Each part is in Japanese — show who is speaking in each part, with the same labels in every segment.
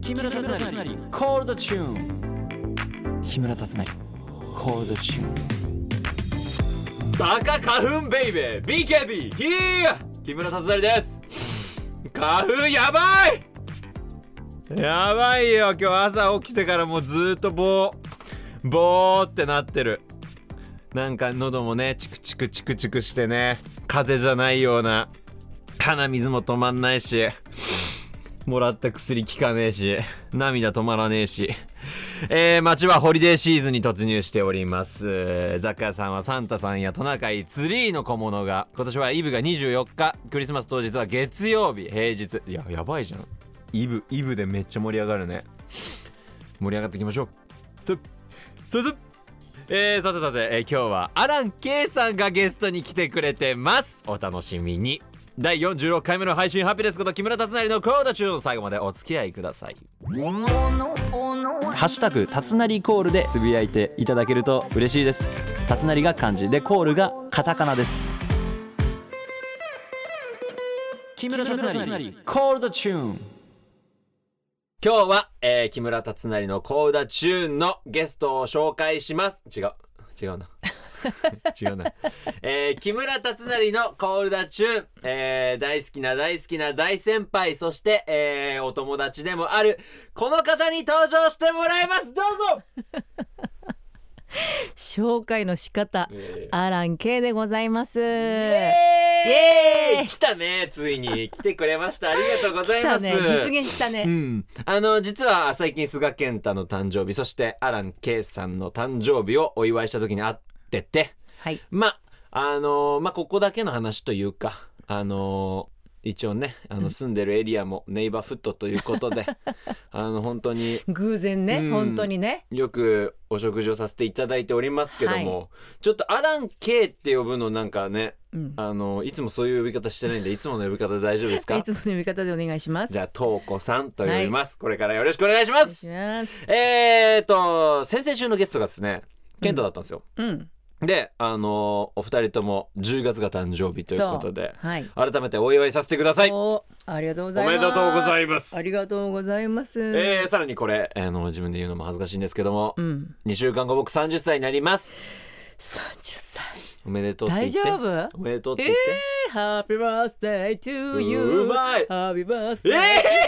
Speaker 1: 木村達成コールドチューン木村達成コールドチューン
Speaker 2: バカ花粉ベイベー BKB ヒー木村達成です花粉やばいやばいよ今日朝起きてからもうずーっとぼーぼーってなってるなんか喉もねチクチクチクチクしてね風邪じゃないような鼻水も止まんないしもらった薬効かねえし 涙止まらねえし えー、街はホリデーシーズンに突入しておりますえー雑貨屋さんはサンタさんやトナカイツリーの小物が今年はイブが24日クリスマス当日は月曜日平日いややばいじゃんイブイブでめっちゃ盛り上がるね盛り上がっていきましょうそそそえー、さてさて、えー今日はアラン・ケイさんがゲストに来てくれてますお楽しみに第46回目の配信ハッピーですこと木村達成のコーダチューン最後までお付き合いください
Speaker 1: ハッシュタグ達成コールでつぶやいていただけると嬉しいです達成が漢字でコールがカタカナです木村達成コールドチューン
Speaker 2: 今日は、えー木村達成のコーダチューンのゲストを紹介します違う違うな 違うな、えー木村達成のコールダチューン、えー大好きな大好きな大先輩そして、えーお友達でもあるこの方に登場してもらいますどうぞ
Speaker 3: 紹介の仕方
Speaker 2: えー
Speaker 3: アラン K でございますイ
Speaker 2: イエ
Speaker 3: エ
Speaker 2: ー
Speaker 3: ー
Speaker 2: イ
Speaker 3: イ
Speaker 2: 来たねついに来てくれましたありがとうござい
Speaker 3: 来
Speaker 2: ま
Speaker 3: た
Speaker 2: す
Speaker 3: ね実現した
Speaker 2: う
Speaker 3: ね
Speaker 2: ん、あの実は最近菅健太の誕生日そしてアラン・ケイさんの誕生日をお祝いした時に会ってて
Speaker 3: はい
Speaker 2: まああのまあここだけの話というかあの一応ねあの住んでるエリアもネイバーフットということ であの本当に
Speaker 3: 偶然ね
Speaker 2: うん
Speaker 3: 本当にね
Speaker 2: よくお食事をさせていただいておりますけども、ちょっとアラン・ケイって呼ぶのなんかね
Speaker 3: うん
Speaker 2: あのいつもそういう呼び方してないんでいつもの呼び方で大丈夫です
Speaker 3: い
Speaker 2: か
Speaker 3: つもの呼び方でお願いします
Speaker 2: じゃあとうこさんと呼びます、これからよろしくお願いし
Speaker 3: お
Speaker 2: ま
Speaker 3: 願いし
Speaker 2: す
Speaker 3: ます
Speaker 2: えーと先々週のゲストがですね健太だったんですよ、
Speaker 3: うん
Speaker 2: であのお二人とも10月が誕生日ということで
Speaker 3: はい
Speaker 2: 改めてお祝いさせてくださいお
Speaker 3: おありがとうございます
Speaker 2: めでとうございます
Speaker 3: ありがとうございます
Speaker 2: えー、さらにこれあの自分で言うのも恥ずかしいんですけども、
Speaker 3: うん
Speaker 2: 2週間後僕30歳になります
Speaker 3: 30歳
Speaker 2: おめでとうって言
Speaker 3: 大
Speaker 2: って
Speaker 3: 丈夫
Speaker 2: おめでとうって言って、
Speaker 3: Happy birthday to
Speaker 2: う
Speaker 3: you
Speaker 2: まい
Speaker 3: Happy
Speaker 2: え
Speaker 3: birthday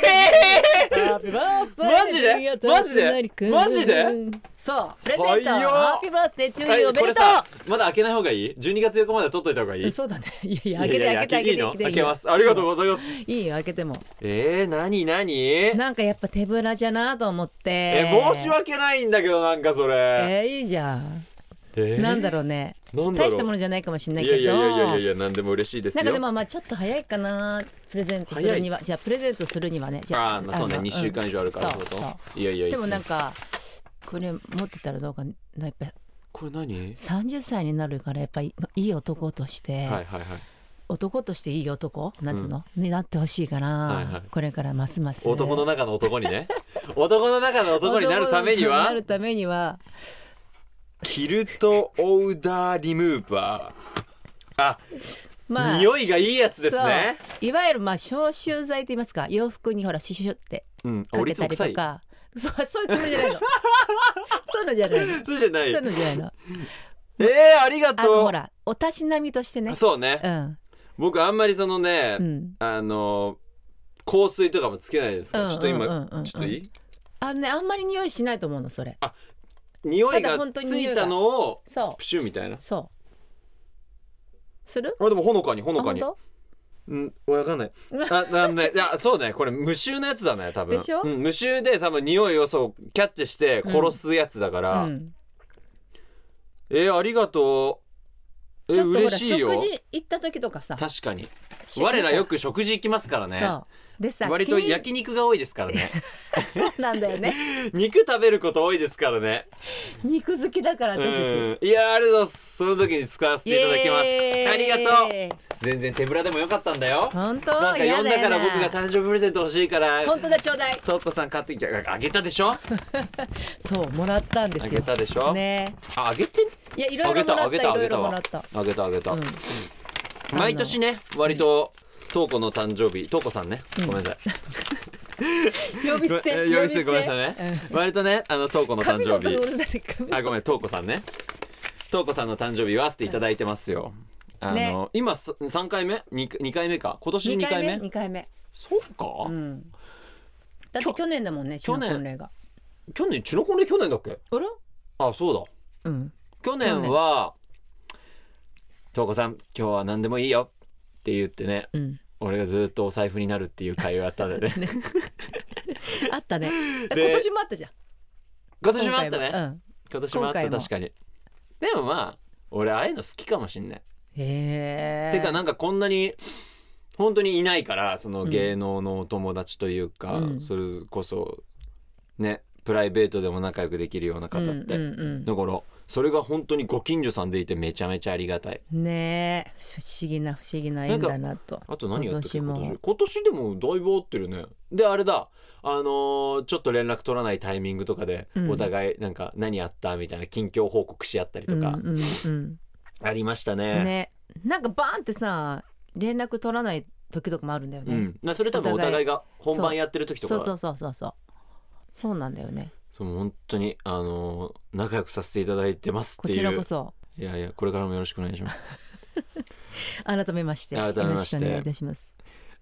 Speaker 2: えー
Speaker 3: Happy birthday
Speaker 2: マジでマジでマジで
Speaker 3: そうプレゼント
Speaker 2: はいよ
Speaker 3: Happy birthday to
Speaker 2: は
Speaker 3: you
Speaker 2: い
Speaker 3: おめ
Speaker 2: こ
Speaker 3: で
Speaker 2: れ
Speaker 3: と
Speaker 2: さまだ開けない方がいい12月4日まで取っといた方がいいう
Speaker 3: そうだね いやい
Speaker 2: いやい
Speaker 3: や
Speaker 2: や
Speaker 3: 開けて開けて開けて
Speaker 2: 開
Speaker 3: いい
Speaker 2: け
Speaker 3: よ
Speaker 2: ますありがとうございます
Speaker 3: いいよ開けても
Speaker 2: えー、なになに
Speaker 3: なんかやっぱ手ぶらじゃなと思って
Speaker 2: え帽子はけないんだけどなんかそれ、
Speaker 3: えーいいじゃん
Speaker 2: えー
Speaker 3: なんだろうね
Speaker 2: なんだろう
Speaker 3: 大したものじゃないかもしれない
Speaker 2: い
Speaker 3: けど
Speaker 2: やいやいやいやいやなんでも嬉しいです
Speaker 3: な
Speaker 2: よ
Speaker 3: んかでもまあちょっと早いかなプレゼントするにはじゃあプレゼントするにはねじゃ
Speaker 2: ああーそうね
Speaker 3: の
Speaker 2: 2週間以上あるから
Speaker 3: そう
Speaker 2: ってこ
Speaker 3: そ
Speaker 2: といやいや
Speaker 3: でもなん
Speaker 2: か
Speaker 3: かこれ持ってたらどうかなやっぱ
Speaker 2: これ何
Speaker 3: 30歳になるからやっぱりいい男として、
Speaker 2: はいはいはい
Speaker 3: 男としていい男なんつうの、になってほしいから、
Speaker 2: はいはい
Speaker 3: これからますます
Speaker 2: 男の中の男にね 男の中の男になるために
Speaker 3: 男の
Speaker 2: は
Speaker 3: なるためには
Speaker 2: キルトオーダーリムーバーあ、
Speaker 3: まあ
Speaker 2: 匂いがいいやつですね
Speaker 3: いわゆるまあ消臭剤と言いますか洋服にほらシュシュシュって
Speaker 2: うんあ
Speaker 3: か
Speaker 2: 俺
Speaker 3: け
Speaker 2: いつも
Speaker 3: たり
Speaker 2: 臭
Speaker 3: と
Speaker 2: い
Speaker 3: かそうそういうつもりじ ゃないのそういうのじゃないの
Speaker 2: そうじゃな
Speaker 3: そう
Speaker 2: い
Speaker 3: いうのじゃないの
Speaker 2: えー、ありが
Speaker 3: あの
Speaker 2: と
Speaker 3: ほ
Speaker 2: う
Speaker 3: らおたしなみとしてね
Speaker 2: そうね
Speaker 3: うん
Speaker 2: 僕あんまりそのね、
Speaker 3: うん
Speaker 2: あの香水とかもつけないですから、
Speaker 3: うん
Speaker 2: ちょっと今、
Speaker 3: うんうんうん
Speaker 2: ちょっといい
Speaker 3: あのねあんまり匂いしないと思うのそれ
Speaker 2: 匂いが
Speaker 3: ただ本当に
Speaker 2: つ
Speaker 3: 匂
Speaker 2: い
Speaker 3: いが
Speaker 2: たのを
Speaker 3: そ
Speaker 2: プシュみたいな
Speaker 3: うそうする
Speaker 2: あでもほのかにほ
Speaker 3: あ
Speaker 2: のか
Speaker 3: 本
Speaker 2: に
Speaker 3: 当
Speaker 2: うんわかん ないあなんでいやそうねこれ無臭のやつだね多分
Speaker 3: でしょ
Speaker 2: うん、無臭で多分匂いをそうキャッチして殺すやつだから、
Speaker 3: うん
Speaker 2: えーありがとうえ
Speaker 3: ちょっとほ
Speaker 2: 嬉
Speaker 3: ら
Speaker 2: しい
Speaker 3: 食
Speaker 2: よ
Speaker 3: 事行った時とかさ
Speaker 2: 確かに我らよ
Speaker 3: く
Speaker 2: く食事行きますからね
Speaker 3: そうでさ
Speaker 2: 割と
Speaker 3: 気に
Speaker 2: 焼肉が多いですからね
Speaker 3: そうなんだよね
Speaker 2: 肉食べること多いですからね
Speaker 3: 肉好きだから私たち
Speaker 2: うんいやありがとうございますその時に使わせていただきますありがとう
Speaker 3: と
Speaker 2: 全然手ぶらでもよかったんだよ
Speaker 3: う本当
Speaker 2: なんか呼んだから僕が
Speaker 3: やだやだ
Speaker 2: 誕生日プレゼント欲しいから
Speaker 3: 本当だちょうだい
Speaker 2: トッポさん買ってきてあげたでしょ
Speaker 3: そうもらったんで
Speaker 2: あ
Speaker 3: す
Speaker 2: げ
Speaker 3: よ
Speaker 2: たでしょ、
Speaker 3: ね
Speaker 2: ああげて
Speaker 3: いやいろいろもら
Speaker 2: あ
Speaker 3: っ
Speaker 2: げ
Speaker 3: たい
Speaker 2: たあ
Speaker 3: ろ
Speaker 2: げ
Speaker 3: い
Speaker 2: た
Speaker 3: ろもらった
Speaker 2: あげたあげた、
Speaker 3: うん
Speaker 2: 毎年ね割と瞳子の誕生日瞳子さんね、
Speaker 3: うん
Speaker 2: ごめんなさい
Speaker 3: 呼び捨て
Speaker 2: え呼び捨てごめんなさいね、割とねあの瞳子
Speaker 3: う
Speaker 2: の
Speaker 3: ん
Speaker 2: 誕
Speaker 3: 髪の
Speaker 2: 生日
Speaker 3: 音がうるさい髪の
Speaker 2: あごめん瞳子さんね瞳子さんの誕生日はしていただいてますよ、あの、
Speaker 3: ね
Speaker 2: 今す3回目 2, 二回目か今年2回目
Speaker 3: 二回目
Speaker 2: そうか、
Speaker 3: うんだって去年だもんね
Speaker 2: 去
Speaker 3: 去
Speaker 2: 年
Speaker 3: 年婚礼が
Speaker 2: 去年チノコンで去年だっけ
Speaker 3: あら
Speaker 2: あそうだ
Speaker 3: うん
Speaker 2: 去年は「瞳子さん今日は何でもいいよ」って言ってね
Speaker 3: うん
Speaker 2: 俺がずっとお財布になるっていう会話あったんだよね
Speaker 3: あったね今
Speaker 2: で
Speaker 3: 年もあったじゃん
Speaker 2: 今年もあったね
Speaker 3: 今回はうん
Speaker 2: 今年もあった
Speaker 3: 今回も
Speaker 2: 確かにでもまあ俺ああいうの好きかもしんない、
Speaker 3: へえ
Speaker 2: てかなんかこんなに本当にいないからその
Speaker 3: うん
Speaker 2: 芸能のお友達というか、
Speaker 3: うん
Speaker 2: それこそねプライベートでも仲良くできるような方って、
Speaker 3: うんうん
Speaker 2: だからそれが本当にご近所さんでいてめちゃめちゃありがたい
Speaker 3: うんねえ不思議な不思議な縁だなと
Speaker 2: あと何やったっけ
Speaker 3: 今
Speaker 2: 今
Speaker 3: 年
Speaker 2: 年
Speaker 3: も
Speaker 2: 今年でもだいぶ合ってるねであれだあのーちょっと連絡取らないタイミングとかで、
Speaker 3: うん
Speaker 2: お互いなんか何あったみたいな近況報告し合ったりとか
Speaker 3: うんうんうん
Speaker 2: ありましたね,、
Speaker 3: ねなんかバーンってさ連絡取らない時とかもあるんだよ
Speaker 2: う
Speaker 3: ね
Speaker 2: ん、なそれ多分お
Speaker 3: お互
Speaker 2: 互い
Speaker 3: い
Speaker 2: が本番やってる時とか
Speaker 3: そ
Speaker 2: そうう
Speaker 3: そうそうそうそうそうなんだよね
Speaker 2: 本当にあのー仲良くさせていただいてますっ
Speaker 3: こ
Speaker 2: て
Speaker 3: ち
Speaker 2: い
Speaker 3: ら
Speaker 2: う
Speaker 3: こそ
Speaker 2: いやいやこれからもよろしくお願いします
Speaker 3: 改めまして
Speaker 2: 改めまして
Speaker 3: よろくお願いいたします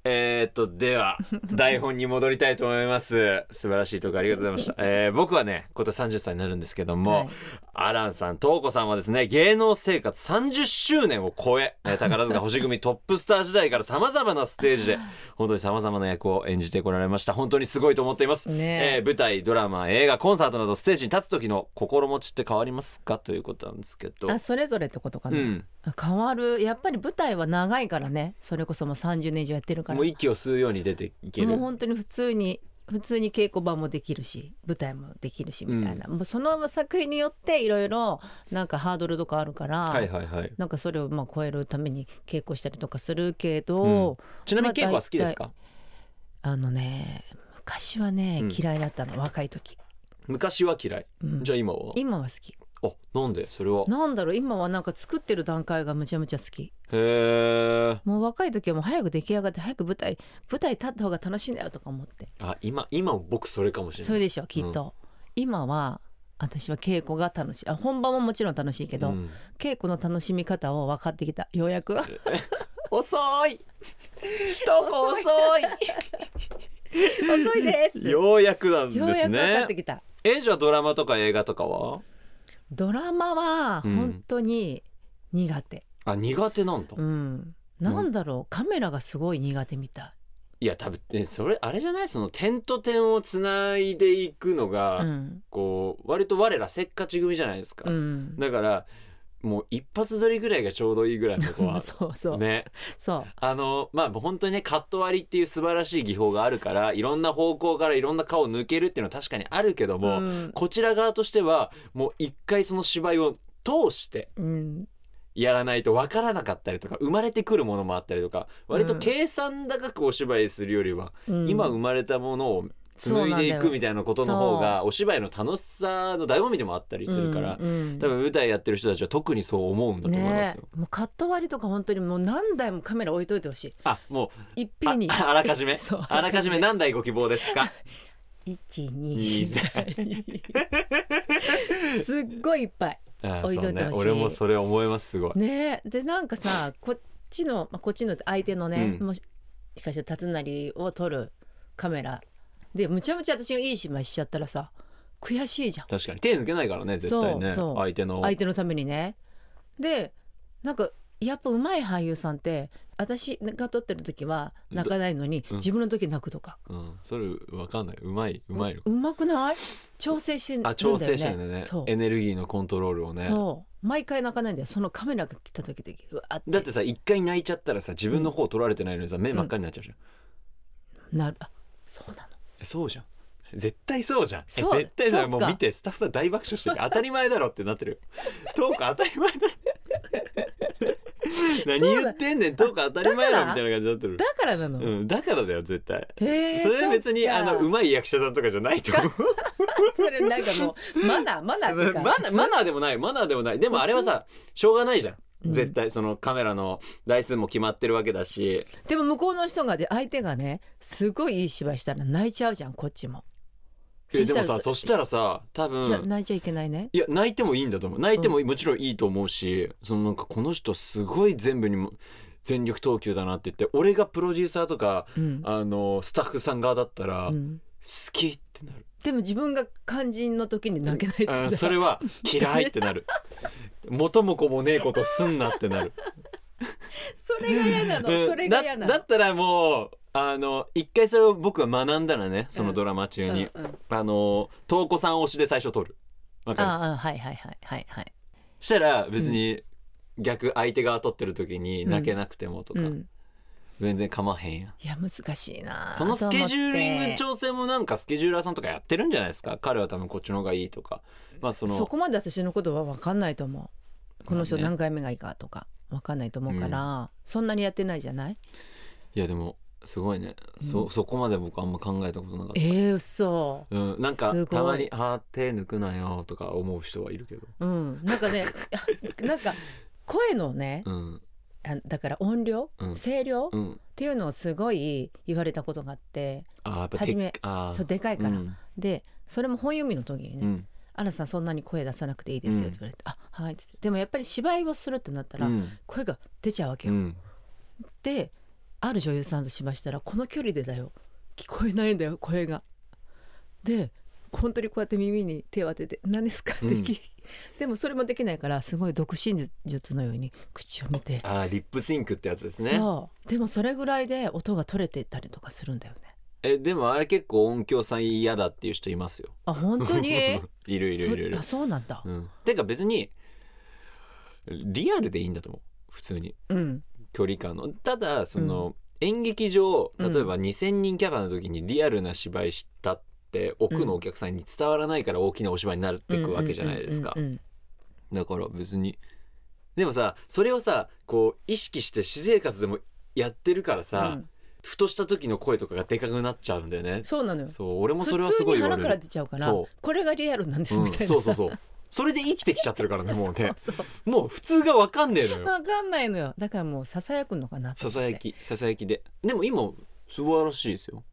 Speaker 2: えーっとで は台本に戻りたいと思います素晴らしいトークありがとうございました、えー僕はね今年30歳になるんですけども、
Speaker 3: はい
Speaker 2: アランさん、トーコさんはですね、芸能生活30周年を超え、えー宝塚星組ト ップスター時代から様々なステージで、本当に様々な役を演じてこられました。本当にすごいと思っています。
Speaker 3: ねえ
Speaker 2: えー舞台、ドラマ、映画、コンサートなどステージに立つ時の心持ちって変わりますかということなんですけど。
Speaker 3: あそれぞれってことか
Speaker 2: う
Speaker 3: な、
Speaker 2: ん、
Speaker 3: 変わるやっぱり舞台は長いからねそれこそもう30年以上やってるから
Speaker 2: もう息を吸うように出ていけ
Speaker 3: もう
Speaker 2: る。
Speaker 3: 本当に普通に普通に稽古場もできるし舞台もできるしみたいな、もうその作品によっていろいろなんかハードルとかあるから、
Speaker 2: はいはいはい。
Speaker 3: なんかそれをまあ超えるために稽古したりとかするけど、
Speaker 2: ちなみに稽古は好きですか
Speaker 3: あのね昔はね、
Speaker 2: うん
Speaker 3: 嫌いだったの若い時、
Speaker 2: 昔は嫌い。
Speaker 3: うん
Speaker 2: じゃあ今は
Speaker 3: 今は好き
Speaker 2: あ、なんでそれは。
Speaker 3: なんだろう今はなんか作ってる段階がむちゃむちゃ好き
Speaker 2: へー。
Speaker 3: もう若い時はもう早く出来上がって早く舞台舞台立った方が楽しいんだよとか思って
Speaker 2: あ、今、今僕それかもしれない。
Speaker 3: それでしょきっと、今は私は稽古が楽しいあ本番ももちろん楽しいけど、
Speaker 2: うん
Speaker 3: 稽古の楽しみ方を分かってきたようやく
Speaker 2: 遅いどこ遅い
Speaker 3: 遅いですよ
Speaker 2: ようやくなん
Speaker 3: う
Speaker 2: で
Speaker 3: や
Speaker 2: す
Speaker 3: く分か
Speaker 2: ね
Speaker 3: ってきた
Speaker 2: えじゃあドラマとか映画とかは
Speaker 3: ドラマは
Speaker 2: うん
Speaker 3: 本当に苦手
Speaker 2: あ苦手なんだ、
Speaker 3: うん、なんだろうカメラがすごい苦手みた
Speaker 2: いや多分えそれあれじゃないその点と点をつないでいくの
Speaker 3: い
Speaker 2: が、
Speaker 3: うん
Speaker 2: こう割と我らせっかち組じゃないですか、
Speaker 3: うん
Speaker 2: だからもう一発撮りぐらいがちょうどいいぐらいの子は
Speaker 3: そうそう、
Speaker 2: ね
Speaker 3: そう
Speaker 2: あのまあ本当にねカット割りっていう素晴らしい技法があるからいろんな方向からいろんな顔を抜けるっていうのは確かにあるけども、
Speaker 3: うん
Speaker 2: こちら側としてはもう一回その芝居を通して
Speaker 3: うん
Speaker 2: やらないと分からなかったりとか生まれてくるものもあったりとか割と計算高くお芝居するよりは、
Speaker 3: うん
Speaker 2: 今生まれたものを紡いでいくみたいなことの方がお芝居の楽しさの醍醐味でもあったりするから、
Speaker 3: うんうん
Speaker 2: 多分舞台やってる人たちは特にそう思うんだと思いますよ。
Speaker 3: ねえもうカット割りとか本当にもう何台もカメラ置いといてほし
Speaker 2: あも
Speaker 3: いいう
Speaker 2: あ
Speaker 3: 品 に
Speaker 2: ああらかじめ
Speaker 3: そう
Speaker 2: あらかじめ何台ご希望です か
Speaker 3: 一
Speaker 2: いい
Speaker 3: 二
Speaker 2: ぜ
Speaker 3: 三すっごいいっぱい
Speaker 2: あ
Speaker 3: 置いと
Speaker 2: そう
Speaker 3: いて
Speaker 2: ね
Speaker 3: ほしい
Speaker 2: 俺もそれ思いますすごい。
Speaker 3: ねえでなんかさこっちの、まあ、こっちのって相手のね、
Speaker 2: うん
Speaker 3: もししかして辰成を撮るカメラでむちゃむちゃ私がいい芝居しちゃったらさ悔しいじゃん
Speaker 2: 確かに手抜けないからね絶対ね
Speaker 3: そうそう
Speaker 2: 相手の
Speaker 3: 相手のためにね。でなんかやっぱ上手い俳優さんって私が撮ってる時は泣かないのに、
Speaker 2: うん
Speaker 3: 自分の時泣くとか
Speaker 2: うん、それわかんない。うまい、うまいの。
Speaker 3: ううまくない調整してるんだよ
Speaker 2: あ、
Speaker 3: ね
Speaker 2: 調整してるんだよね
Speaker 3: そう
Speaker 2: エネルギーのコントロールをね。
Speaker 3: そう毎回泣かないんだよそのカメラが来た時でうわー
Speaker 2: だってさ、一回泣いちゃったらさ、自分の方取られてないのにさ、目真っ赤になっちゃうじゃん。
Speaker 3: なるあそうなの
Speaker 2: えそうじゃん。絶対そうじゃん。え
Speaker 3: そう
Speaker 2: 絶対
Speaker 3: そ
Speaker 2: さ、
Speaker 3: うか
Speaker 2: もう見て、スタッフさん大爆笑してる。当たり前だろってな ってるよ。トーク当たり前だろ。何言ってんねん、トーク当たり前だろみたいな感じになってる。
Speaker 3: だからなの、
Speaker 2: うん、だからだよ、絶対。
Speaker 3: へー
Speaker 2: それは別に、
Speaker 3: そっか
Speaker 2: あの、うまい役者さんとかじゃないと思う。
Speaker 3: それなんかもうマナーマナーっていう か
Speaker 2: マナーマナーでもないマナーでもないでもあれはさしょうがないじゃん
Speaker 3: うん
Speaker 2: 絶対そのカメラの台数も決まってるわけだし
Speaker 3: でも向こうの人がで相手がねすごいいい芝居したら泣いちゃうじゃんこっちも。
Speaker 2: えでもさそした
Speaker 3: ら
Speaker 2: らさ多
Speaker 3: じゃあ
Speaker 2: 分
Speaker 3: 泣いちゃいけないね。
Speaker 2: いや泣いてもいいんだと思う泣いてももちろんいいと思うし、そのなんかこの人すごい全部にも全力投球だなって言って俺がプロデューサーとか
Speaker 3: うん
Speaker 2: あのスタッフさん側だったら、
Speaker 3: う
Speaker 2: 好
Speaker 3: ん
Speaker 2: きってな る
Speaker 3: でも自分が肝心の時に泣けないって
Speaker 2: あ
Speaker 3: 言
Speaker 2: ー
Speaker 3: ったら
Speaker 2: それは嫌いってなる元も子もねえことすんなってなる
Speaker 3: それが嫌なの
Speaker 2: うん
Speaker 3: それが嫌な
Speaker 2: だだ
Speaker 3: の
Speaker 2: ったらもうあの一回それを僕は学んだらねそうの
Speaker 3: ん
Speaker 2: ドラマ中
Speaker 3: うん
Speaker 2: に、
Speaker 3: うん
Speaker 2: あの東子さん推しで最初撮るわかる
Speaker 3: ああはいはいはいはいはい。
Speaker 2: したら別に逆相手側撮ってる時に
Speaker 3: うん
Speaker 2: 泣けなくてもとか、
Speaker 3: うん、
Speaker 2: 全然構まへんやん
Speaker 3: いや難しいな。
Speaker 2: そのスケジューリング
Speaker 3: ょ
Speaker 2: 調整もなんかスケジューラーさんとかやってるんじゃないですか彼は多分こっちの方がいいとかまあその
Speaker 3: そこまで私のことは分かんないと思う。この人
Speaker 2: まあね
Speaker 3: 何回目がいいかとか分かんないと思うから、そんなにやってないじゃない。
Speaker 2: いやでもすごいね、
Speaker 3: う
Speaker 2: そ
Speaker 3: ん
Speaker 2: そこまで僕あんま考えたことなかった、
Speaker 3: ええ嘘。
Speaker 2: うん、なんか
Speaker 3: すごい
Speaker 2: たまに「あー手抜くなよ」とか思う人はいるけど、
Speaker 3: うん、なんかね なんか声のね
Speaker 2: うん
Speaker 3: あだから音量、
Speaker 2: うん
Speaker 3: 声量、
Speaker 2: う
Speaker 3: っ
Speaker 2: ん、
Speaker 3: ていうのをすごい言われたことがあって、
Speaker 2: あーやっぱ
Speaker 3: 初め
Speaker 2: テックあー
Speaker 3: そうでかいから、
Speaker 2: うん
Speaker 3: でそれも本読みの時に
Speaker 2: う
Speaker 3: ね
Speaker 2: ん
Speaker 3: 「アナさんそんなに声出さなくていいですよ」って言われて「あはい」っつってでもやっぱり芝居をするってなった
Speaker 2: う
Speaker 3: ら
Speaker 2: ん
Speaker 3: 声が出ちゃうわけ
Speaker 2: う
Speaker 3: よ。
Speaker 2: ん
Speaker 3: である女優さんとしましたらこの距離でだよ聞こえないんだよ声が。で本当にこうやって耳に手を当てて「何ですか?」って聞き、でもそれもできないからすごい独身術のように口を見て、
Speaker 2: あーリップシンクってやつですね
Speaker 3: そうでもそれぐらいで音が取れてたりとかするんだよね。
Speaker 2: えでもあれ結構音響さん嫌だっていう人いますよ
Speaker 3: あ本当
Speaker 2: い
Speaker 3: に
Speaker 2: るいるいるい
Speaker 3: そ
Speaker 2: る
Speaker 3: あそうなんだ
Speaker 2: う。ん、てか別にリアルでいいんだと思う普通に
Speaker 3: うん
Speaker 2: 距離感のただその、演劇上
Speaker 3: うん
Speaker 2: 例えば2,000人キャパの時にリアルな芝居したって奥のお客さんに伝わらないから大きなお芝居になってくわけじゃないですか
Speaker 3: うんうんうんうん
Speaker 2: だから別にでもさそれをさこう意識して私生活でもやってるからさ、
Speaker 3: うん
Speaker 2: ふとした時の声とかがでかくなっちゃうんだよね
Speaker 3: そうなのよ。
Speaker 2: そう俺もそれは
Speaker 3: 普
Speaker 2: す
Speaker 3: 通
Speaker 2: ごい
Speaker 3: に
Speaker 2: 言わ
Speaker 3: 腹
Speaker 2: れ
Speaker 3: から
Speaker 2: る
Speaker 3: 出ちゃうから
Speaker 2: そう
Speaker 3: これがリアルなんです
Speaker 2: うん
Speaker 3: みたいなさ、
Speaker 2: そうそうそうそれで生きてきちゃってるからねもうね
Speaker 3: そうそう
Speaker 2: もう普通がわかんねえのよ
Speaker 3: わかんないのよだからもうささやくのかなと思
Speaker 2: さ
Speaker 3: って
Speaker 2: さや きささやきででも今素晴らしいですよ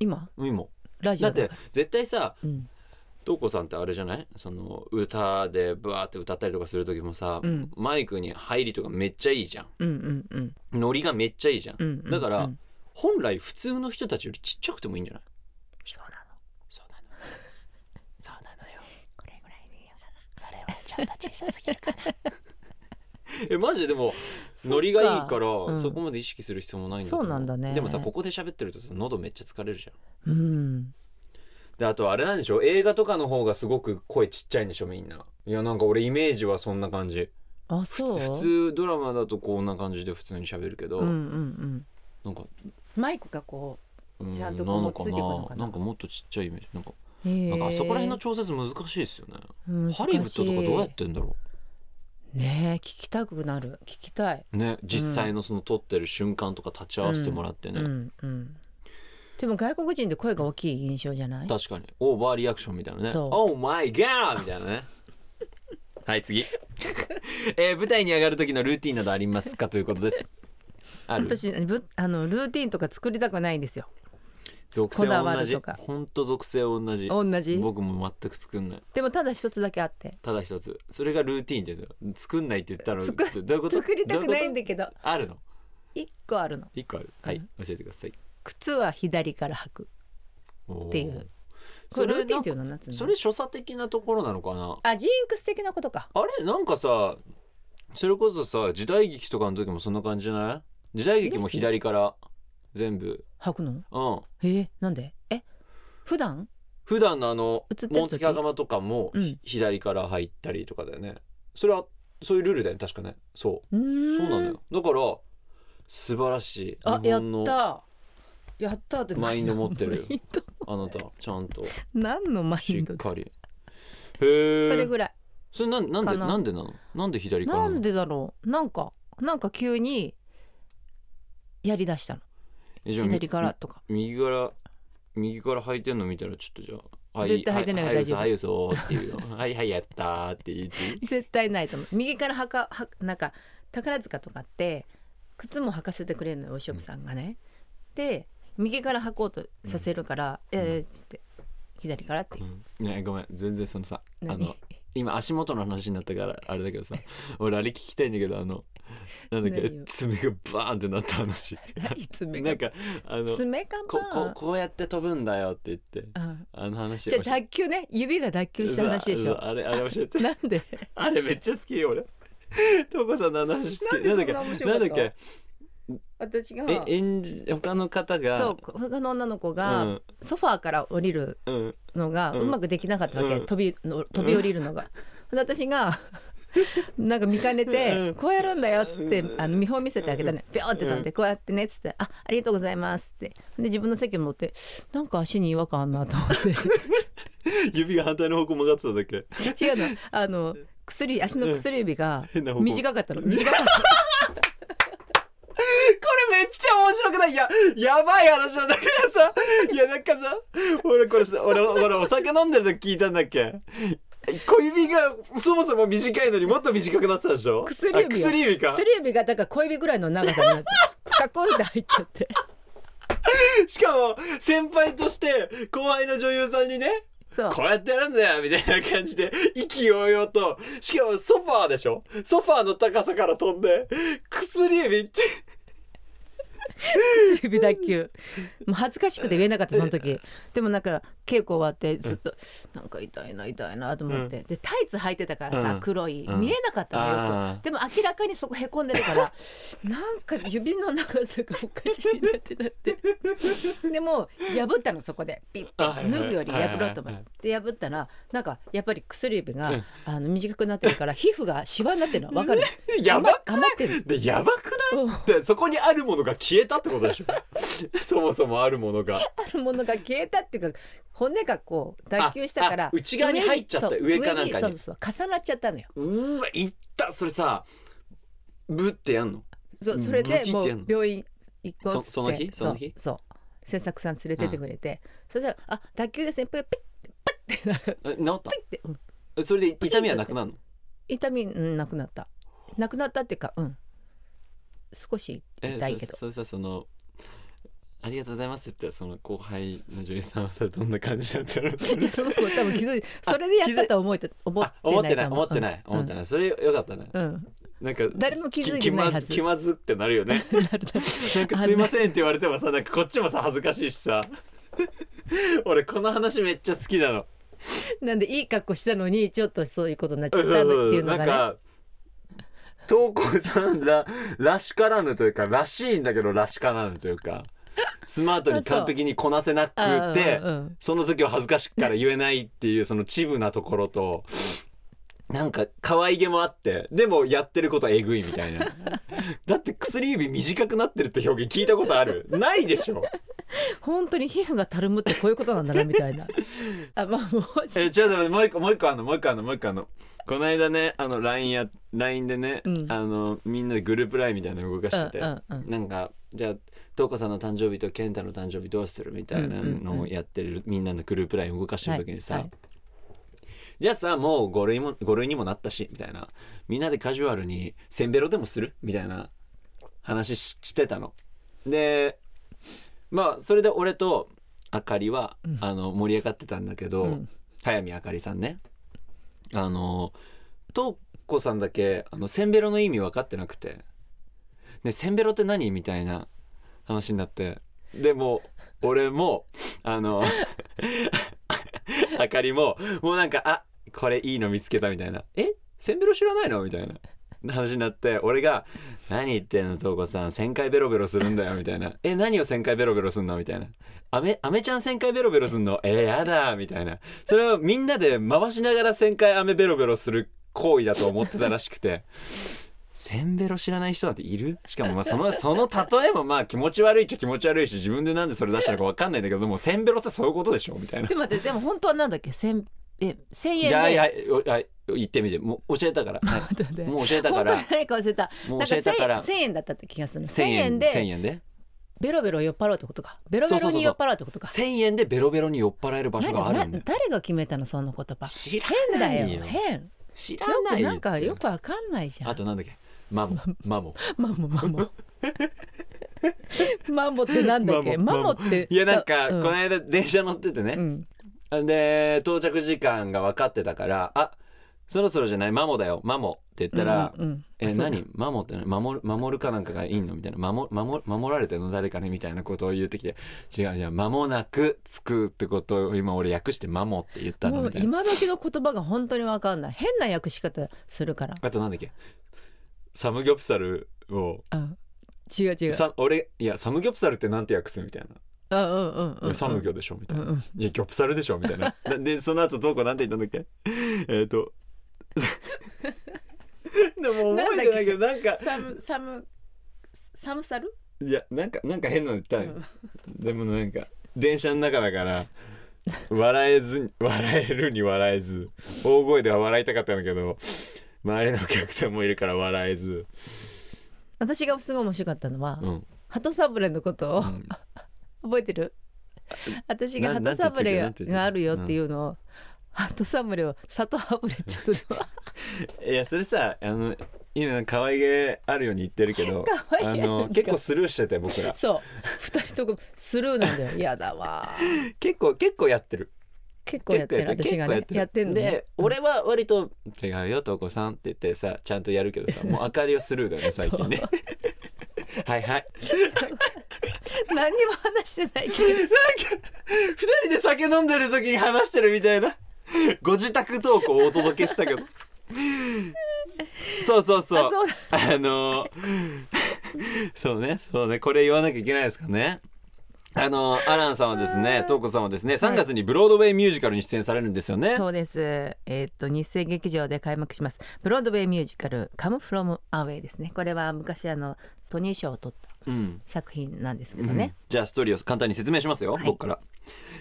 Speaker 3: 今
Speaker 2: 今
Speaker 3: ラジ
Speaker 2: だ
Speaker 3: オ
Speaker 2: っ
Speaker 3: で
Speaker 2: て絶対さ
Speaker 3: うん
Speaker 2: 東子さんってあれじゃないその歌でバーって歌ったりとかする時もさ、
Speaker 3: うん
Speaker 2: マイクに入りとかめっちゃいいじゃん
Speaker 3: うんうんうん
Speaker 2: ノリがめっちゃいいじゃん、
Speaker 3: うんうんうん
Speaker 2: だから
Speaker 3: うん
Speaker 2: 本来普通の人たちよりちっちゃくてもいいんじゃない
Speaker 3: そうなの
Speaker 2: そうなのそうなのよ
Speaker 3: これぐらいでいいよなそれはちょっと小さすぎるかな
Speaker 2: えマジででも
Speaker 3: そっか
Speaker 2: ノリがいいからそ,、
Speaker 3: うん
Speaker 2: こまで意識する必要もないんだと思
Speaker 3: そうなんだね
Speaker 2: でもさここで喋ってるとさ喉めっちゃ疲れるじゃん
Speaker 3: うん
Speaker 2: であとあれなんでしょ映画とかの方がすごく声ちっちゃいんでしょみんないやなんか俺イメージはそんな感じ
Speaker 3: あ
Speaker 2: ふつ
Speaker 3: そう
Speaker 2: 普通ドラマだとこんな感じで普通に喋るけど、
Speaker 3: うんうん
Speaker 2: なんか
Speaker 3: うんマイクがこ
Speaker 2: う
Speaker 3: ちゃんとこうついてこないのかな
Speaker 2: なんかもっとちっちゃいイメージなんか,、
Speaker 3: う
Speaker 2: なんかあそこら辺の
Speaker 3: へ
Speaker 2: 調節難しいですよね
Speaker 3: え難しい
Speaker 2: ハリウッドとかどうやってんだろ
Speaker 3: ねえ聞きたくなる聞きたいう
Speaker 2: ね実際のその撮ってる瞬間とか立ち会わせてもらってね、
Speaker 3: うんうんでも外国人で声が大きい印象じゃない
Speaker 2: 確かにオーバーリアクションみたいなね「
Speaker 3: そう
Speaker 2: Oh my god!」みたいな ねはい次、えー舞台に上がる時のルーティンなどありますかということですある
Speaker 3: 私ぶあのルーティンとか作りたくないんですよ
Speaker 2: 属性
Speaker 3: こだ
Speaker 2: は
Speaker 3: わ
Speaker 2: 同
Speaker 3: る
Speaker 2: じ
Speaker 3: とか
Speaker 2: ほんと属性は同じ
Speaker 3: 同じ
Speaker 2: 僕も全く作んない
Speaker 3: でもただ一つだけあって
Speaker 2: ただ一つそれがルーティンですよ作んないって言ったら
Speaker 3: 作
Speaker 2: どどういうこと
Speaker 3: 作りたくないん
Speaker 2: どういう
Speaker 3: だけど
Speaker 2: ことあるの
Speaker 3: 一個あるの
Speaker 2: 一個あるはい、教えてください
Speaker 3: 靴は左から履く
Speaker 2: って
Speaker 3: いうこ
Speaker 2: そ
Speaker 3: れル
Speaker 2: れ
Speaker 3: ーティンってい
Speaker 2: なん
Speaker 3: うのはなんつう
Speaker 2: か
Speaker 3: の
Speaker 2: それ所作的なところなのかな
Speaker 3: あジーンクス的なことか
Speaker 2: あれなんかさそれこそさ時代劇とかの時もそんな感じじゃない時代劇も左から全部
Speaker 3: 履くの
Speaker 2: うん
Speaker 3: えー、なんでえ普段
Speaker 2: 普段のあの
Speaker 3: 映ってる時
Speaker 2: 紋付き袴とかも、
Speaker 3: うん
Speaker 2: ひ左から入ったりとかだよねそれはそういうルールだよね確かねそう
Speaker 3: ー
Speaker 2: うんそうなのよだから素晴らしい
Speaker 3: あ
Speaker 2: 日
Speaker 3: やっ
Speaker 2: 本の
Speaker 3: たやったって
Speaker 2: マインド持ってるよ
Speaker 3: マインド
Speaker 2: あなたちゃんと
Speaker 3: 何のマイ
Speaker 2: し
Speaker 3: ン
Speaker 2: っ
Speaker 3: ドだ
Speaker 2: かりへえ
Speaker 3: それ
Speaker 2: そ
Speaker 3: ぐらい
Speaker 2: れなんなんで
Speaker 3: かな
Speaker 2: なんでなのなんで左から
Speaker 3: な
Speaker 2: の
Speaker 3: んでだろうなんかなんか急にやりだしたの
Speaker 2: えじゃあみ
Speaker 3: 左からとか
Speaker 2: み右から右から履いてんの見たらちょっとじゃあはい
Speaker 3: 絶対履いてない
Speaker 2: は
Speaker 3: よ
Speaker 2: いは
Speaker 3: 大
Speaker 2: い
Speaker 3: 丈夫
Speaker 2: はい そうっていうのはいはいやったーって言って
Speaker 3: 絶対ないと思う右からはかはなんか宝塚とかって靴も履かせてくれるのよおショップさんがね。で右から履こうとさせるから「ええー」っつって左からっていう。
Speaker 2: うんねごめん全然そのさあ
Speaker 3: 何
Speaker 2: の今足元の話になったからあれだけど さ俺あれ聞きたいんだけどあのなんだっけ
Speaker 3: 何よ
Speaker 2: 爪がバーンってなった話
Speaker 3: 何爪
Speaker 2: なん
Speaker 3: が
Speaker 2: かあの
Speaker 3: 爪か
Speaker 2: ここ
Speaker 3: な
Speaker 2: こうやって飛ぶんだよって言って
Speaker 3: うん
Speaker 2: あの話
Speaker 3: じゃあ
Speaker 2: 教えて
Speaker 3: 脱臼ね指が脱臼した話でし
Speaker 2: うわう
Speaker 3: ょ
Speaker 2: わあれあれ教えて
Speaker 3: なんで
Speaker 2: あれめっちゃ好きよ俺 とこさんの話好
Speaker 3: なん
Speaker 2: き
Speaker 3: で
Speaker 2: な
Speaker 3: そ
Speaker 2: んだっ
Speaker 3: ん
Speaker 2: け
Speaker 3: な面白
Speaker 2: な
Speaker 3: か
Speaker 2: んだ
Speaker 3: っ
Speaker 2: っけ
Speaker 3: た私が
Speaker 2: え演じ他の方が
Speaker 3: そう他の女の子
Speaker 2: う
Speaker 3: が
Speaker 2: ん
Speaker 3: ソファーから降りる
Speaker 2: うん
Speaker 3: のが
Speaker 2: うん
Speaker 3: うまくできなかったわけ、
Speaker 2: うん
Speaker 3: 飛びの飛び降りるのが。で私が なんか見かね
Speaker 2: う
Speaker 3: て
Speaker 2: ん
Speaker 3: 「こうやるんだよ」っつって
Speaker 2: うん
Speaker 3: あの見本見せてあげたねピョーって飛ん
Speaker 2: う
Speaker 3: で「こうやってね」っつって「あありがとうございます」ってで自分の席に持ってなんか足に違和感あんなと 思っ
Speaker 2: 指が反対の方向曲がってたんだっ け
Speaker 3: て違うのあの薬足の薬指が
Speaker 2: 変な方向
Speaker 3: 短かったの 短かった
Speaker 2: これめっちゃ面白くないいややばい話なんだから さいやなんかさ俺これさ俺俺お酒飲んでる時聞いたんだっけ小指がそもそも短いのにもっと短くなってたでしょ
Speaker 3: 薬指
Speaker 2: あ
Speaker 3: よ
Speaker 2: 薬指か
Speaker 3: 薬指がだから小指ぐらいの長さになってカコンって入っちゃって
Speaker 2: しかも先輩として後輩の女優さんにね
Speaker 3: そう
Speaker 2: こうやってやるんだよみたいな感じで意気揚々としかもソファーでしょソファーの高さから飛んで薬指って
Speaker 3: 指脱臼もう恥ずかしくて言えなかったその時でもなんか稽古終わってずっとなんか痛いな痛いなと思って、でタイツ履いてたからさ、
Speaker 2: うん
Speaker 3: 黒い、
Speaker 2: うん
Speaker 3: 見えなかったのよ
Speaker 2: あ
Speaker 3: くでも明らかにそこへこんでるからなんか指の長さがおかしいなってなってでも破ったのそこでピッ
Speaker 2: あは
Speaker 3: て
Speaker 2: いはい
Speaker 3: 脱ぐより破ろうと思
Speaker 2: はいはいは
Speaker 3: っ
Speaker 2: い
Speaker 3: て破ったらなんかやっぱり薬指が、
Speaker 2: うん
Speaker 3: あの短くなってるから皮膚がシワになってるのわかる
Speaker 2: やば
Speaker 3: 頑張ってる
Speaker 2: でやばく
Speaker 3: うん
Speaker 2: でそこにあるものが消えたってことでしょ そもそもあるものが
Speaker 3: あるものが消えたっていうか骨がこう脱臼したか
Speaker 2: ああ
Speaker 3: ら
Speaker 2: 内側に入っちゃった
Speaker 3: そう
Speaker 2: 上かなんかに
Speaker 3: 上そうそう重なっちゃったのよ
Speaker 2: うーわいったそれさブってやんの
Speaker 3: そうそれ
Speaker 2: ブ
Speaker 3: で
Speaker 2: チっ
Speaker 3: も
Speaker 2: てやんの
Speaker 3: う病院行こうっつって
Speaker 2: そその日
Speaker 3: う
Speaker 2: その日
Speaker 3: そう制作さん連れてってくれて、そしたら「あ脱臼ですね」ピッピッピッて
Speaker 2: え治っ
Speaker 3: ピッて、うん
Speaker 2: たそれで痛みはなくなるの
Speaker 3: 痛みうんなくなったなくなったっていうかうん少し
Speaker 2: え
Speaker 3: 痛いけど
Speaker 2: そそれさそのありがとうございますってその後輩の女優さんはさどんな感じだったの
Speaker 3: いやその子多分気 づいてそれでやったとは思えて思
Speaker 2: あ思っ
Speaker 3: ってて
Speaker 2: な
Speaker 3: ないい
Speaker 2: 思ってない思ってない、それよかったね
Speaker 3: い、うん
Speaker 2: なんか
Speaker 3: 誰も気づいてないはず
Speaker 2: 気気まず気まずってなるよね
Speaker 3: うん、 なるほど
Speaker 2: なんかすいませんって言われてもさなんかこっちもさ恥ずかしいし さ俺この話めっちゃ好きなの
Speaker 3: なんでいい格好したのにちょっとそういうことになっちゃ
Speaker 2: う
Speaker 3: っ
Speaker 2: ん
Speaker 3: た
Speaker 2: う
Speaker 3: って
Speaker 2: ん
Speaker 3: いううんの
Speaker 2: なん
Speaker 3: がね。
Speaker 2: か東光さんららしからぬというからしいんだけどらしからぬというかスマートに完璧にこなせなく
Speaker 3: あ
Speaker 2: て
Speaker 3: うんうん
Speaker 2: その時は恥ずかしくから言えないっていうそのチブなところとなんか可愛げもあってでもやってることはえぐいみたいなだって薬指短くなってるって表現聞いたことあるないでしょ
Speaker 3: 本当に皮膚がたるむってこういうことなんだなみた いな。あまあもう
Speaker 2: えちょっと待ってもう一個もう一個あんのもう一個あんのもう一個あんのこの間ねあの LINE や LINE でね、
Speaker 3: うん
Speaker 2: あのみんなでグループ LINE みたいなの動かしてて、
Speaker 3: うんうんうん
Speaker 2: なんかじゃあ瞳子さんの誕生日と健太の誕生日どうするみたいなのをやってる、みんなのグループ LINE 動かしてる時にさ、
Speaker 3: はいはい
Speaker 2: じゃあさもう5類も5類にもなったしみたいなみんなでカジュアルにせんべろでもするみたいな話ししてたの。でまあそれで俺とあかりは、
Speaker 3: うん
Speaker 2: あの盛り上がってたんだけど、
Speaker 3: うん
Speaker 2: 早見あかりさんねあのと子さんだけあのせんべろの意味分かってなくて「ねせんべろって何?」みたいな話になってでもう俺もあの あかりももうなんか「あこれいいの見つけた」みたいな「えせんべろ知らないの?」みたいな話になって俺が「何言ってんのと子さん1,000回ベロベロするんだよ」みたいな「え何を1,000回ベロベロすんの?」みたいな「あめあめちゃん1,000回ベロベロすんのえー、やだ」みたいなそれをみんなで回しながら1,000回雨ベロベロする行為だと思ってたらしくて。せんべろ知らない人なんているしかもまあそのその例えもまあ気持ち悪いっちゃ気持ち悪いし自分でなんでそれ出したのか分かんないんだけどでもせんべろってそういうことでしょみたいな
Speaker 3: で。も待ってでも本当はなんだっけ千え千円
Speaker 2: じゃあはい は
Speaker 3: で。
Speaker 2: いおはい言ってみてもう教えた から、は
Speaker 3: 待って待って
Speaker 2: い、もう教えたか
Speaker 3: 本当
Speaker 2: ら
Speaker 3: に何か忘れた。
Speaker 2: も
Speaker 3: な
Speaker 2: うん
Speaker 3: か
Speaker 2: 教えたから
Speaker 3: 千円だったって気がするの。
Speaker 2: 1000
Speaker 3: 1000
Speaker 2: 1000
Speaker 3: 円で
Speaker 2: 円で
Speaker 3: ベロベロ酔っ払うってことか。ベロベロに酔っ払うってことか。
Speaker 2: 1000円でベロベロに酔っ払える場所がある
Speaker 3: 何
Speaker 2: んだ
Speaker 3: な
Speaker 2: よ
Speaker 3: 誰が決めたのその言葉。
Speaker 2: 知ら
Speaker 3: 変だ
Speaker 2: ない
Speaker 3: よ
Speaker 2: よ
Speaker 3: 変。
Speaker 2: 知ら
Speaker 3: よ
Speaker 2: な
Speaker 3: く
Speaker 2: い
Speaker 3: なんか
Speaker 2: って
Speaker 3: よくわかんないじゃん。
Speaker 2: あとなんだっけマ モマモ
Speaker 3: マモマモマモってなんだっけ
Speaker 2: マ
Speaker 3: マ
Speaker 2: モ
Speaker 3: モって
Speaker 2: いやなんか
Speaker 3: う
Speaker 2: この間電車乗ってて
Speaker 3: う
Speaker 2: ね、
Speaker 3: ん
Speaker 2: で到着時間が分かってたからあそろそろじゃないマモだよマモって言ったら、
Speaker 3: うんうん
Speaker 2: え
Speaker 3: そうだ
Speaker 2: 何マモって何守る守るかなんかがいいのみたいな守守守られてんの誰かにみたいなことを言ってきて違う違う間もなく着くってことを今俺訳してマモって言ったの
Speaker 3: も
Speaker 2: み
Speaker 3: う
Speaker 2: たいな
Speaker 3: 今時の言葉が本当にわかんない変な訳し方するから
Speaker 2: あとなんだっけサムギョプサルを
Speaker 3: あ違う違う
Speaker 2: さ俺いやサムギョプサルってなんて訳すみたいな、
Speaker 3: あうんうんうん
Speaker 2: いやサムギ
Speaker 3: ョ
Speaker 2: ョでしょみた
Speaker 3: う
Speaker 2: い
Speaker 3: ん
Speaker 2: な、
Speaker 3: うん
Speaker 2: いやギョプサルでしょみたいな なでその後どうこうなんて言ったんだっけえっ、とでも覚えてないけどなんか
Speaker 3: サムサムサムサル
Speaker 2: いやなんかなんか変なの言ったのよ、でもなんか電車の中だから笑えずに笑えるに笑えず大声では笑いたかったんだけど周りのお客さんもいるから笑えず、
Speaker 3: 私がすごい面白かったのは、
Speaker 2: うん
Speaker 3: 鳩サブレーのことを
Speaker 2: うん
Speaker 3: 覚えてる私が
Speaker 2: な
Speaker 3: 鳩サブレ
Speaker 2: なんて言ってた
Speaker 3: ーがあるよっていうのを鳩サブレーを里ハブレーって言ってたの
Speaker 2: いやそれさあの今可愛げあるように言ってるけど
Speaker 3: 可愛げあ
Speaker 2: あ
Speaker 3: る
Speaker 2: の結構スルーしてて僕ら
Speaker 3: そう二人ともスルーなんだよ嫌だ わ
Speaker 2: 結構結構やってる
Speaker 3: 結構やってる
Speaker 2: 結
Speaker 3: 私
Speaker 2: 構
Speaker 3: がねやってんのね
Speaker 2: で、俺は割と「違うよ東子さん」って言ってさちゃんとやるけどさもう明かりをスルーだよね最近ね はいはい
Speaker 3: 何にも話してないけど
Speaker 2: 二人で酒飲んでる時に話してるみたいなご自宅投稿をお届けしたけどそうそうそう
Speaker 3: あそうだ
Speaker 2: あのそうねそうねこれ言わなきゃいけないですかねあのアランさんはですねトーコさんはですね3月にブロードウェイミュージカルに出演されるんですよね、
Speaker 3: そうです。えーっ、と日生劇場で開幕します。ブロードウェイミュージカル「カムフロムアウェイですね。これは昔あのトニー賞を取った
Speaker 2: うん
Speaker 3: 作品なんですけどね。
Speaker 2: じゃあストーリーを簡単に説明しますよ、
Speaker 3: はい
Speaker 2: 僕から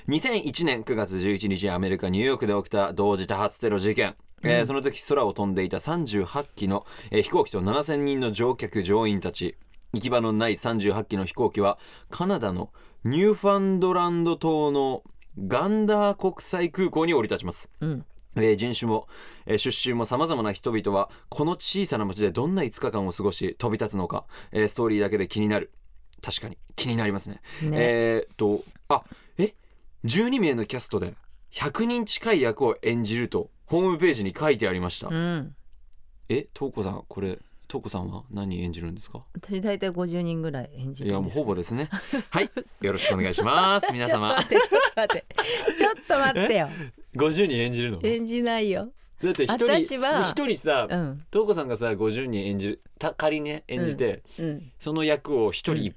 Speaker 2: 2001年9月11日アメリカニューヨークで起きた同時多発テロ事件、えーその時空を飛んでいた38機の、えー飛行機と7000人の乗客乗員たち行き場のない38機の飛行機はカナダのニューファンドランド島のガンダー国際空港に降り立ちます
Speaker 3: うん。
Speaker 2: えー人種も、えー出身も様々な人々はこの小さな町でどんな5日間を過ごし飛び立つのか、えーストーリーだけで気になる確かに気になりますね
Speaker 3: ね
Speaker 2: えーっとあえ12名のキャストで100人近い役を演じるとホームページに書いてありました、
Speaker 3: うん。
Speaker 2: えとうこさんこれとうこさんは何演じるんですか
Speaker 3: 私大体50人ぐらい演じ
Speaker 2: い
Speaker 3: て
Speaker 2: や
Speaker 3: るん
Speaker 2: も
Speaker 3: で
Speaker 2: う
Speaker 3: す。
Speaker 2: ほぼですねはいよろしくお願いします皆様
Speaker 3: ちょっと待って。ちょっと待って。ちょっと待ってよ。
Speaker 2: 50人演じるの
Speaker 3: 演じないよ。
Speaker 2: だって一人
Speaker 3: 私は
Speaker 2: で一人さ
Speaker 3: うん。
Speaker 2: とうこさんがさ50人演じるた仮にね演じて、
Speaker 3: うん。
Speaker 2: その役を一
Speaker 3: う
Speaker 2: 人、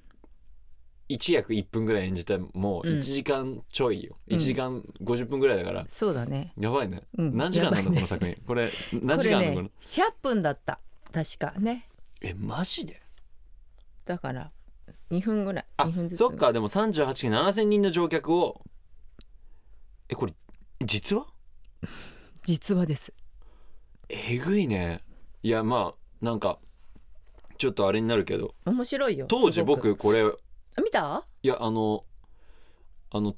Speaker 2: 一役1分ぐらい演じてもう
Speaker 3: うん
Speaker 2: 1時間ちょいよ、
Speaker 3: うん
Speaker 2: 1時間50分ぐらいだから、
Speaker 3: そうだね。
Speaker 2: やばいね、
Speaker 3: うん
Speaker 2: 何時間な
Speaker 3: や
Speaker 2: の、
Speaker 3: ばい
Speaker 2: こ
Speaker 3: ね
Speaker 2: の作品こ れ何
Speaker 3: こ
Speaker 2: 時
Speaker 3: れ
Speaker 2: 間なのこ
Speaker 3: ね
Speaker 2: の
Speaker 3: 100分だった。確かね。
Speaker 2: えマジで
Speaker 3: だから2分ぐらい。
Speaker 2: あ
Speaker 3: 2分ずつ。
Speaker 2: そっ。かでも38八7000人の乗客をえこれ実は
Speaker 3: 実はです。
Speaker 2: えぐいねいやまあなんかちょっとあれになるけど
Speaker 3: 面白いよ。
Speaker 2: 当時
Speaker 3: すごく。
Speaker 2: 僕これ
Speaker 3: あ見た？
Speaker 2: いやあのあの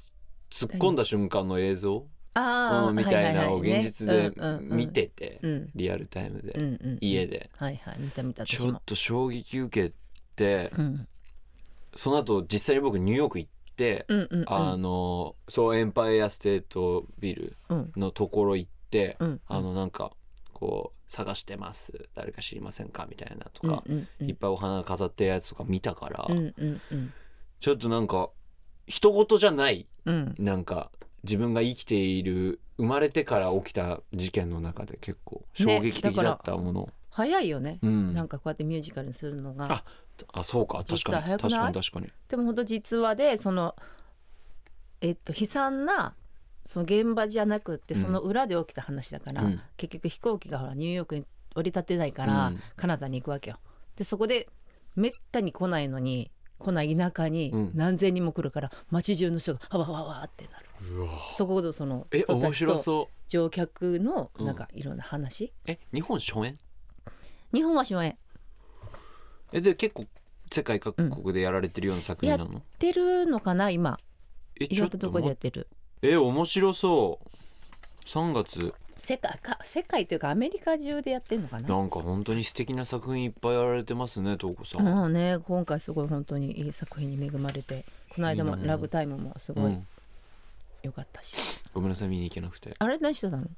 Speaker 2: 突っ込んだ瞬間の映像、
Speaker 3: あ
Speaker 2: う
Speaker 3: あ
Speaker 2: んみたいなのを現実で見。
Speaker 3: はははね
Speaker 2: てて、
Speaker 3: うんうん
Speaker 2: リアルタイムで、
Speaker 3: うんうんうんうん
Speaker 2: 家で
Speaker 3: はいはい見た見た
Speaker 2: ち
Speaker 3: 私
Speaker 2: ょっ
Speaker 3: も。
Speaker 2: と衝撃受けて、
Speaker 3: うん
Speaker 2: その後実際に僕ニューヨーク行って、
Speaker 3: うんうんうん
Speaker 2: あのそうエンパイアステートビル
Speaker 3: うん
Speaker 2: のところ行って、
Speaker 3: うん
Speaker 2: あのなんかこう探してます誰か知りませんかみたいなと
Speaker 3: うん
Speaker 2: か、
Speaker 3: うんうん
Speaker 2: いっぱいお花飾ってるやつとか見たから、
Speaker 3: うんうんうん
Speaker 2: ちょっとなんか人事じゃない
Speaker 3: うん
Speaker 2: なんか自分が生きている生まれてから起きた事件の中で結構衝撃的だったもの、
Speaker 3: 早いよね
Speaker 2: う。ん
Speaker 3: なんかこうやってミュージカルにするのが
Speaker 2: ああそうか確
Speaker 3: 実
Speaker 2: か
Speaker 3: は
Speaker 2: に
Speaker 3: 早く
Speaker 2: 確か
Speaker 3: ない
Speaker 2: に確かに
Speaker 3: でも本当実話でそのえっと悲惨なその現場じゃなくって
Speaker 2: うん
Speaker 3: その裏で起きた話だから、
Speaker 2: うん
Speaker 3: 結局飛行機がほらニューヨークに降り立てないから、
Speaker 2: うん
Speaker 3: カナダに行くわけよ。でそこでめったに来ないのに来ない田舎に
Speaker 2: うん
Speaker 3: 何千人も来るから、街中の人がハワワワワってなる。
Speaker 2: うわ
Speaker 3: そこでその
Speaker 2: え
Speaker 3: 人た
Speaker 2: 面
Speaker 3: ち
Speaker 2: 白
Speaker 3: と
Speaker 2: そう
Speaker 3: 乗客の
Speaker 2: うん
Speaker 3: なんかいろんな話、
Speaker 2: え日本初演
Speaker 3: 日本は初演や
Speaker 2: えで結構世界各国でやられてるような作品なの、
Speaker 3: ってるのかな今
Speaker 2: え
Speaker 3: い
Speaker 2: ちょ
Speaker 3: ろ
Speaker 2: っ
Speaker 3: んなと
Speaker 2: と
Speaker 3: こで
Speaker 2: 待
Speaker 3: やっ
Speaker 2: って
Speaker 3: る
Speaker 2: え面白そう3月
Speaker 3: 世界か世界というかアメリカ中でやってるのかな。
Speaker 2: なんか本当に素敵な作品いっぱいやられてますね東子さん、
Speaker 3: うんね、今回すごい本当にいい作品に恵まれてこの間も
Speaker 2: いいね
Speaker 3: ラグタイムもす
Speaker 2: う
Speaker 3: ごい
Speaker 2: ん
Speaker 3: 良かったし、
Speaker 2: ごめんなさい見に行けなくて
Speaker 3: あれ何してたの
Speaker 2: 確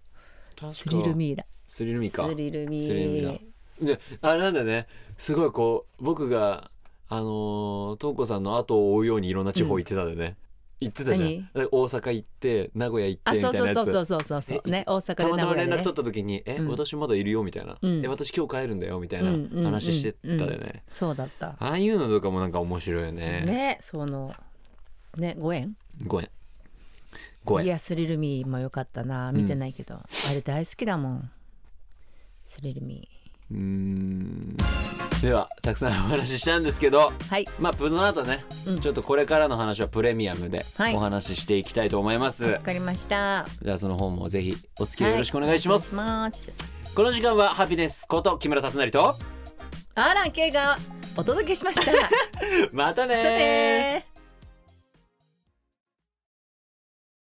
Speaker 2: か
Speaker 3: スリルミーだ
Speaker 2: スリルミか
Speaker 3: スリルミ
Speaker 2: スリルミだ
Speaker 3: ー
Speaker 2: ね、あれなんだねすごいこう僕があのー、東子さんの後を追うようにいろんな地方行ってたんだよね、行ってたじゃん
Speaker 3: 何
Speaker 2: だから大阪行って名古屋行って
Speaker 3: あ
Speaker 2: みた
Speaker 3: そ
Speaker 2: いうなやつ
Speaker 3: そうそうそうそうそう
Speaker 2: え
Speaker 3: ね大阪
Speaker 2: た
Speaker 3: で
Speaker 2: ま
Speaker 3: 名
Speaker 2: たま
Speaker 3: 古屋
Speaker 2: 連
Speaker 3: で、
Speaker 2: 絡
Speaker 3: ね
Speaker 2: 取っ、た時に「え
Speaker 3: うん
Speaker 2: 私まだいるよ」みたいな、
Speaker 3: うん
Speaker 2: え私今日帰るんだよ」みたい
Speaker 3: うんうんうん
Speaker 2: な話してたでね、
Speaker 3: そうだった、
Speaker 2: ああいうのとかもなんか面白いよね
Speaker 3: ねそのねご縁
Speaker 2: ごめんごめ
Speaker 3: い
Speaker 2: ん
Speaker 3: やスリルミーも良かったな見てないけど、あれ大好きだもんスリルミ
Speaker 2: うーんではたくさんお話ししたんですけど
Speaker 3: ーはい
Speaker 2: まあその後ね、
Speaker 3: うん
Speaker 2: ちょっとこれからの話はプレミアムで
Speaker 3: はい
Speaker 2: お話ししていきたいと思います、
Speaker 3: わかりました
Speaker 2: じゃあその本もぜひお付き合いよろしくお願いします、
Speaker 3: はいお願いします
Speaker 2: この時間はハピネスこと木村達成と
Speaker 3: アラン K がお届けしました。さ
Speaker 2: またねー
Speaker 3: て